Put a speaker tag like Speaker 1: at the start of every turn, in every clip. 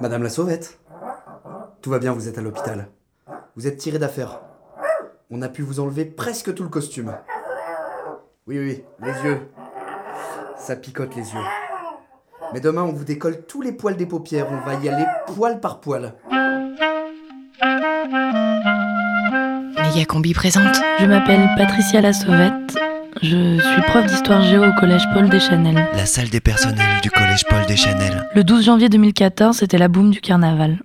Speaker 1: Madame la Sauvette Tout va bien, vous êtes à l'hôpital. Vous êtes tirée d'affaire. On a pu vous enlever presque tout le costume. Oui, oui, les yeux. Ça picote les yeux. Mais demain, on vous décolle tous les poils des paupières. On va y aller poil par poil.
Speaker 2: Méga combi présente.
Speaker 3: Je m'appelle Patricia La Sauvette. Je suis prof d'histoire géo au collège Paul Deschanel.
Speaker 4: La salle des personnels du collège Paul Deschanel.
Speaker 3: Le 12 janvier 2014, c'était la boum du carnaval.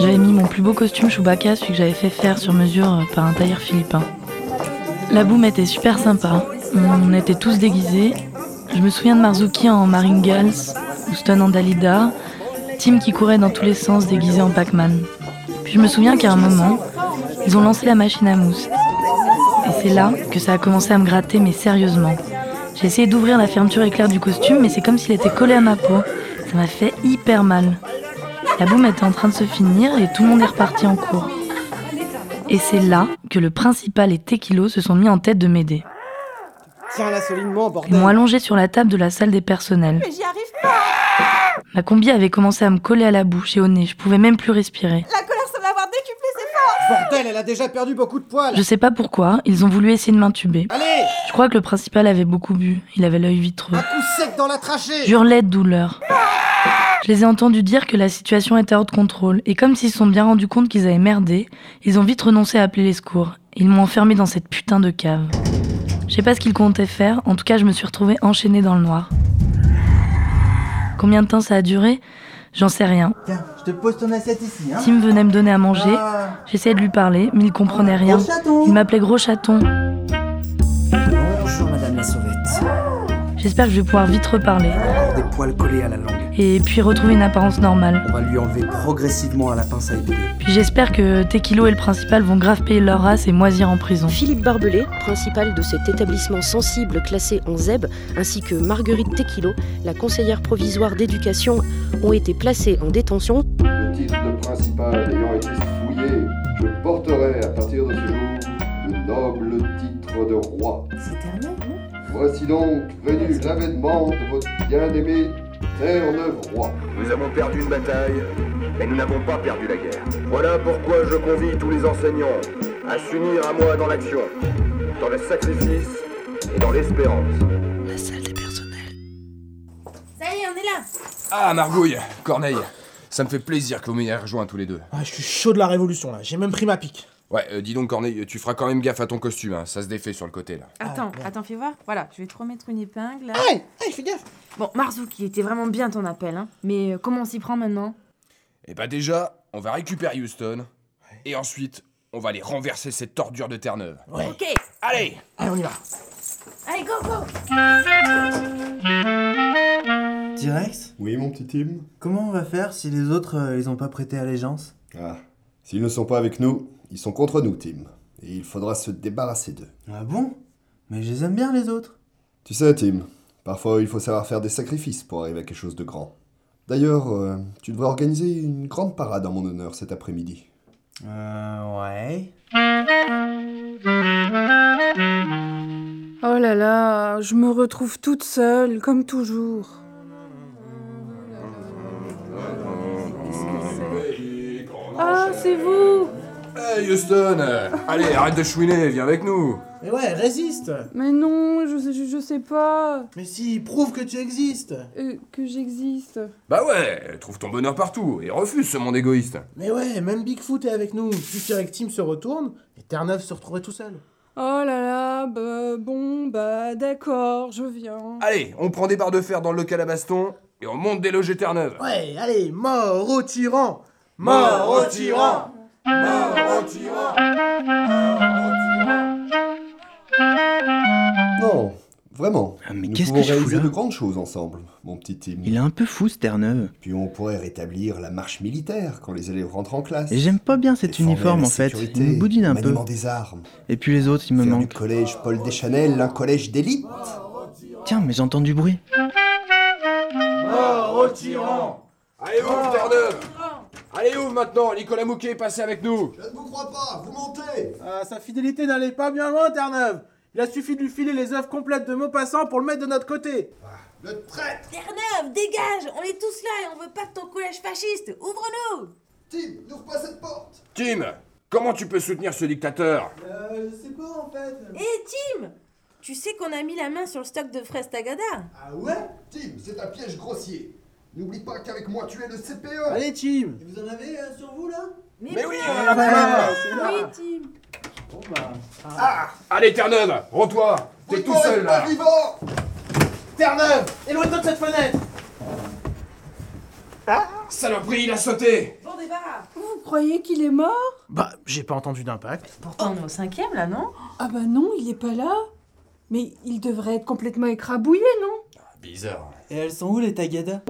Speaker 3: J'avais mis mon plus beau costume Chewbacca, celui que j'avais fait faire sur mesure euh, par un tailleur philippin. La boum était super sympa. On était tous déguisés. Je me souviens de Marzuki en Marine Gals, Houston en Dalida, Tim qui courait dans tous les sens déguisé en Pac-Man. Puis je me souviens qu'à un moment, ils ont lancé la machine à mousse. Et c'est là que ça a commencé à me gratter, mais sérieusement. J'ai essayé d'ouvrir la fermeture éclair du costume, mais c'est comme s'il était collé à ma peau. Ça m'a fait hyper mal. La boum était en train de se finir et tout le monde est reparti en cours. Et c'est là que le principal et Tequilo se sont mis en tête de m'aider.
Speaker 5: Tiens l'assolinement,
Speaker 3: Ils
Speaker 5: bordel
Speaker 3: m'ont allongé sur la table de la salle des personnels.
Speaker 6: Mais j'y arrive pas
Speaker 3: Ma combi avait commencé à me coller à la bouche et au nez, je pouvais même plus respirer.
Speaker 6: La colère semble avoir décuplé ses forces
Speaker 5: Bordel, elle a déjà perdu beaucoup de poils
Speaker 3: Je sais pas pourquoi, ils ont voulu essayer de m'intuber.
Speaker 5: Allez
Speaker 3: Je crois que le principal avait beaucoup bu, il avait l'œil vitreux.
Speaker 5: Un coup sec dans la trachée
Speaker 3: J'hurlais de douleur. Je les ai entendus dire que la situation était hors de contrôle, et comme s'ils se sont bien rendus compte qu'ils avaient merdé, ils ont vite renoncé à appeler les secours. Ils m'ont enfermé dans cette putain de cave. Je sais pas ce qu'ils comptaient faire, en tout cas je me suis retrouvée enchaînée dans le noir. Combien de temps ça a duré J'en sais rien.
Speaker 7: Tiens, je te pose ton assiette ici, hein.
Speaker 3: Tim venait me donner à manger,
Speaker 7: Ah,
Speaker 3: j'essayais de lui parler, mais il comprenait rien.
Speaker 7: gros chaton.
Speaker 3: Il m'appelait gros chaton.
Speaker 1: Bonjour, Madame la Sauvette.
Speaker 3: J'espère que je vais pouvoir vite reparler,
Speaker 1: Encore des poils collés à la langue.
Speaker 3: et puis retrouver une apparence normale.
Speaker 1: On va lui enlever progressivement à la pince à épiler.
Speaker 3: Puis j'espère que Tequilo et le principal vont grave payer leur race et moisir en prison.
Speaker 2: Philippe Barbelé, principal de cet établissement sensible classé en ZEB, ainsi que Marguerite Tequilo, la conseillère provisoire d'éducation, ont été placés en détention.
Speaker 8: Le titre de principal ayant été fouillé, je porterai à partir de ce jour le noble titre de roi.
Speaker 6: C'est terminé,
Speaker 8: Voici donc venu l'avènement de votre bien-aimé Terre-Neuve roi.
Speaker 9: Nous avons perdu une bataille, mais nous n'avons pas perdu la guerre. Voilà pourquoi je convie tous les enseignants à s'unir à moi dans l'action, dans le sacrifice et dans l'espérance.
Speaker 4: La salle des personnels.
Speaker 6: Ça y est, on est là
Speaker 10: Ah, Margouille, Corneille, ça me fait plaisir que vous m'ayez rejoint tous les deux.
Speaker 5: Ah, je suis chaud de la révolution là, j'ai même pris ma pique.
Speaker 10: Ouais, euh, dis donc, Corneille, tu feras quand même gaffe à ton costume, hein, ça se défait sur le côté là.
Speaker 6: Attends, attends, fais voir. Voilà, je vais te remettre une épingle. là.
Speaker 5: Aïe Aïe, fais gaffe
Speaker 6: Bon, Marzouk, il était vraiment bien ton appel, hein. Mais euh, comment on s'y prend maintenant
Speaker 10: Et bah, déjà, on va récupérer Houston, et ensuite, on va aller renverser cette tordure de Terre-Neuve.
Speaker 5: Ouais.
Speaker 6: Ok,
Speaker 10: Allez
Speaker 5: Allez, on y va
Speaker 6: allez, go, go
Speaker 7: T-Rex
Speaker 8: Oui, mon petit Tim
Speaker 7: Comment on va faire si les autres, euh, ils ont pas prêté allégeance
Speaker 8: Ah, s'ils ne sont pas avec nous, ils sont contre nous, Tim. Et il faudra se débarrasser d'eux.
Speaker 7: Ah bon Mais je les aime bien, les autres.
Speaker 8: Tu sais, Tim, parfois il faut savoir faire des sacrifices pour arriver à quelque chose de grand. D'ailleurs, euh, tu devrais organiser une grande parade en mon honneur cet après-midi.
Speaker 7: Euh, ouais.
Speaker 11: Oh là là, je me retrouve toute seule, comme toujours. Ah, c'est vous
Speaker 10: Hey, Houston euh, Allez, arrête de chouiner, viens avec nous
Speaker 5: Mais ouais, résiste
Speaker 11: Mais non, je, je, je sais pas
Speaker 5: Mais si, prouve que tu existes
Speaker 11: euh, que j'existe.
Speaker 10: Bah ouais, trouve ton bonheur partout, et refuse ce monde égoïste.
Speaker 5: Mais ouais, même Bigfoot est avec nous. Suffit que Tim se retourne et Terre-Neuve se retrouverait tout seul.
Speaker 11: Oh là là, bah, bon, bah d'accord, je viens.
Speaker 10: Allez, on prend des barres de fer dans le local à baston, et on monte des logés Terre-Neuve.
Speaker 5: Ouais, allez, mort au tyran
Speaker 10: Mort au tyran
Speaker 5: Mort au tyran
Speaker 8: Non, vraiment.
Speaker 4: Ah, mais
Speaker 8: Nous
Speaker 4: qu'est-ce
Speaker 8: pouvons
Speaker 4: que je fous
Speaker 8: réaliser
Speaker 4: là
Speaker 8: de grandes choses ensemble, mon petit Tim.
Speaker 4: Il est un peu fou ce Terre-Neuve.
Speaker 8: Puis on pourrait rétablir la marche militaire quand les élèves rentrent en classe.
Speaker 4: Et j'aime pas bien cet
Speaker 8: Défendre
Speaker 4: uniforme
Speaker 8: la
Speaker 4: en fait.
Speaker 8: sécurité,
Speaker 4: Il me boudine un peu.
Speaker 8: maniement des armes.
Speaker 4: Et puis les autres, ils me
Speaker 8: Faire du
Speaker 4: manquent.
Speaker 8: collège Paul Deschanel un collège d'élite.
Speaker 4: Tiens, mais j'entends du bruit.
Speaker 10: Mort au tyran Allez, ouvre, Terre-Neuve Allez, ouvre maintenant Nicolas Mouquet est passé avec nous
Speaker 8: Je ne vous crois pas, vous mentez
Speaker 5: Ah, sa fidélité n'allait pas bien loin, Terre-Neuve Il a suffi de lui filer les œuvres complètes de Maupassant pour le mettre de notre côté
Speaker 8: Le traître
Speaker 12: Terre-Neuve, dégage On est tous là et on veut pas de ton collège fasciste Ouvre-nous
Speaker 8: Tim, n'ouvre pas cette porte
Speaker 10: Tim, comment tu peux soutenir ce dictateur
Speaker 12: Euh, je sais pas en fait Hé Tim Tu sais qu'on a mis la main sur le stock de fraises Tagada
Speaker 8: Ah ouais Tim, c'est un piège grossier. N'oublie pas qu'avec moi, tu es le E. CPE.
Speaker 13: Allez, Tim
Speaker 8: Et vous en avez euh, sur vous, là
Speaker 12: Mais,
Speaker 8: oui,
Speaker 10: on en a plein.
Speaker 12: Oui Tim
Speaker 10: Ah Allez, Terre-Neuve, rends-toi T'es tout seul, là
Speaker 8: vivant
Speaker 5: Terre-Neuve Éloigne-toi de cette fenêtre
Speaker 10: Saloperie, il a sauté
Speaker 12: Bon débarras
Speaker 11: Vous croyez qu'il est mort
Speaker 5: Bah, j'ai pas entendu d'impact.
Speaker 14: Pourtant, on est au cinquième, là, non
Speaker 11: Ah bah non, il est pas là. Mais il devrait être complètement écrabouillé, non
Speaker 10: Bizarre.
Speaker 13: Et elles sont où les tagadas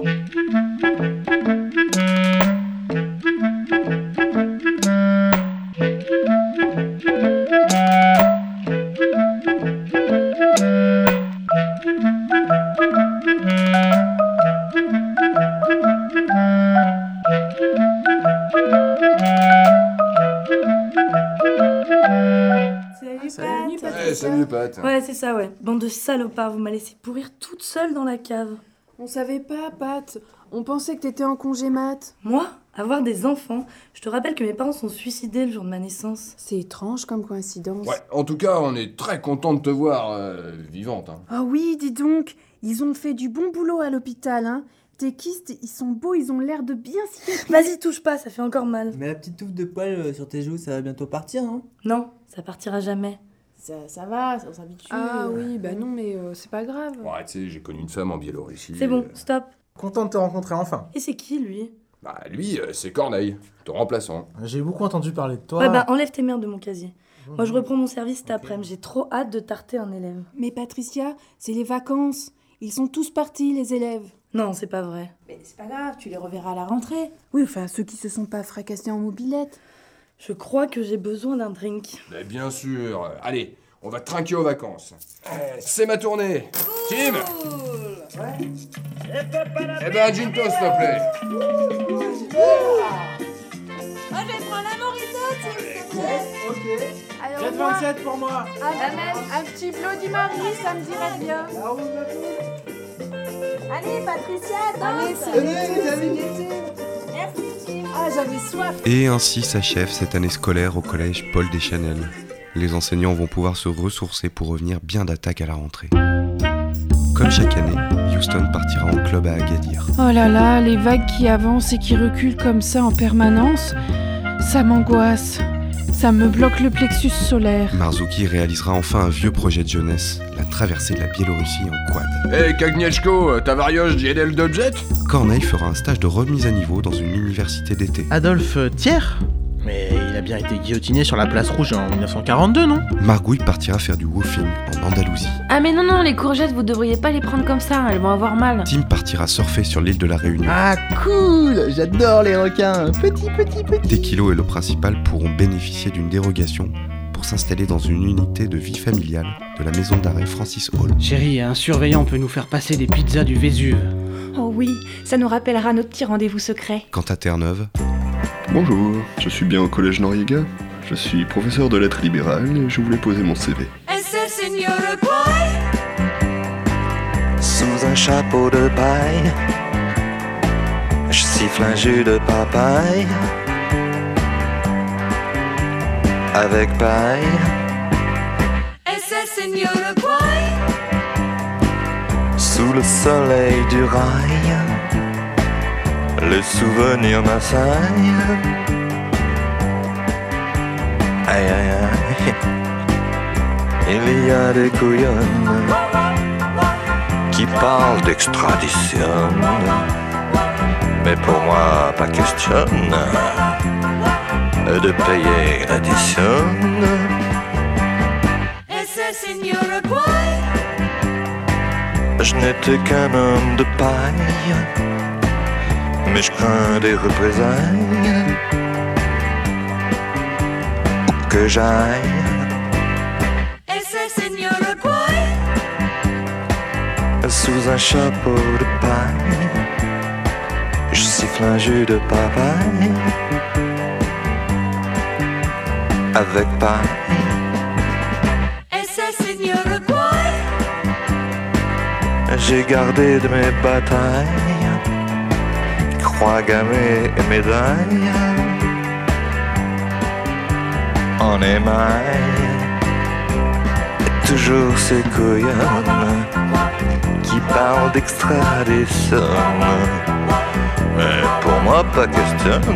Speaker 3: Salut,
Speaker 12: salut.
Speaker 3: Pat.
Speaker 12: Eh, salut, les
Speaker 10: pattes.
Speaker 3: Ouais, c'est ça, ouais. Bande de salopards, vous m'a laissé pourrir toute seule dans la cave.
Speaker 11: On savait pas, Pat. On pensait que t'étais en congé mat.
Speaker 3: Moi, avoir des enfants, je te rappelle que mes parents sont suicidés le jour de ma naissance.
Speaker 11: C'est étrange comme coïncidence.
Speaker 10: Ouais, en tout cas, on est très content de te voir euh, vivante. hein.
Speaker 3: Ah
Speaker 2: oui, dis donc, ils ont fait du bon boulot à l'hôpital, hein. Tes kystes, ils sont beaux, ils ont l'air de bien cicatriser.
Speaker 3: Vas-y, touche pas, ça fait encore mal.
Speaker 13: Mais la petite touffe de poils euh, sur tes joues, ça va bientôt partir, hein. non
Speaker 3: Non, ça partira jamais.
Speaker 2: Ça, ça va, on s'habitue.
Speaker 11: Ah oui, bah non, mais euh, c'est pas grave.
Speaker 10: Ouais, tu sais, j'ai connu une femme en Biélorussie. euh,
Speaker 3: C'est bon, stop.
Speaker 5: Content de te rencontrer enfin.
Speaker 3: Et c'est qui, lui
Speaker 10: Bah, lui, euh, c'est Corneille, ton remplaçant.
Speaker 5: J'ai beaucoup entendu parler de toi.
Speaker 3: Ouais, bah enlève tes merdes de mon casier. Moi, je reprends mon service cet après-midi. J'ai trop hâte de tarter un élève.
Speaker 2: Mais Patricia, c'est les vacances. Ils sont tous partis, les élèves.
Speaker 3: Non, c'est pas vrai.
Speaker 12: Mais c'est pas grave, tu les reverras
Speaker 2: À la rentrée Oui, enfin, ceux qui se sont pas fracassés en mobilette.
Speaker 3: Je crois que j'ai besoin d'un drink.
Speaker 10: Mais bien sûr. Allez, on va trinquer aux vacances. Eh, C'est ma tournée. Tim Eh ben, un gin toast, s'il te plaît.
Speaker 12: Moi je vais prendre la morito
Speaker 2: Alors,
Speaker 5: 4,27 pour moi
Speaker 2: un petit blodimum, oui, ça me dirait bien.
Speaker 12: Tim Allez Patricia, danse
Speaker 2: Allez, salut, salut, Merci, Ah, j'avais soif.
Speaker 15: Et ainsi s'achève cette année scolaire au collège Paul Deschanel. Les enseignants vont pouvoir se ressourcer pour revenir bien d'attaque à la rentrée. Comme chaque année, Houston partira en club à Agadir.
Speaker 11: Oh là là, les vagues qui avancent et qui reculent comme ça en permanence, ça m'angoisse. Ça me bloque le plexus solaire.
Speaker 15: Marzuki réalisera enfin un vieux projet de jeunesse, la traversée de la Biélorussie en quad.
Speaker 10: Eh, Kagnieszko, ta varioche JDL Dodget
Speaker 15: Corneille fera un stage de remise à niveau dans une université d'été.
Speaker 16: Adolphe Thiers Mais il a bien été guillotiné sur la place rouge en 1942, non
Speaker 15: Margouille partira faire du woofing en Andalousie.
Speaker 14: Ah, mais non, non, les courgettes, vous devriez pas les prendre comme ça, hein. elles vont avoir mal.
Speaker 15: Tim partira surfer sur l'île de la Réunion.
Speaker 16: Ah cool J'adore les requins Petit, petit, petit
Speaker 15: Tequilo et le principal pourront bénéficier d'une dérogation pour s'installer dans une unité de vie familiale de la maison d'arrêt Francis Hall.
Speaker 17: Chérie, un surveillant peut nous faire passer des pizzas du Vésuve.
Speaker 18: Oh oui, ça nous rappellera notre petit rendez-vous secret.
Speaker 15: Quant à Terre-Neuve,
Speaker 19: Bonjour, je suis bien au collège Noriega. Je suis professeur de lettres libérales et je voulais poser mon CV.
Speaker 20: Sous un chapeau de paille, je siffle un jus de papaye. Avec paille, sous le soleil du rail, le souvenir m'assaille. Aïe aïe aïe, il y a des couillonnes qui parlent d'extradition. Mais pour moi, pas question de payer l'addition. Je n'étais qu'un homme de paille, mais je crains des représailles. Où Que j'aille, sous un chapeau de paille, je siffle un jus de papaye. Avec paille, j'ai gardé de mes batailles, croix gammées et médailles en émail. Et toujours ces couillons qui parlent d'extradition. Mais pour moi, pas question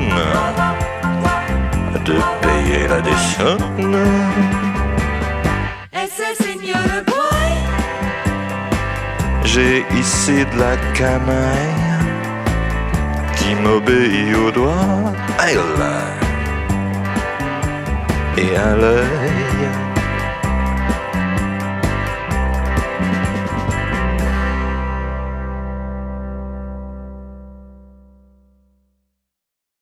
Speaker 20: de payer la décence.
Speaker 21: Es el señor Boy.
Speaker 20: J'ai ici de la camaille qui m'obéit au doigt à l'œil et à l'œil.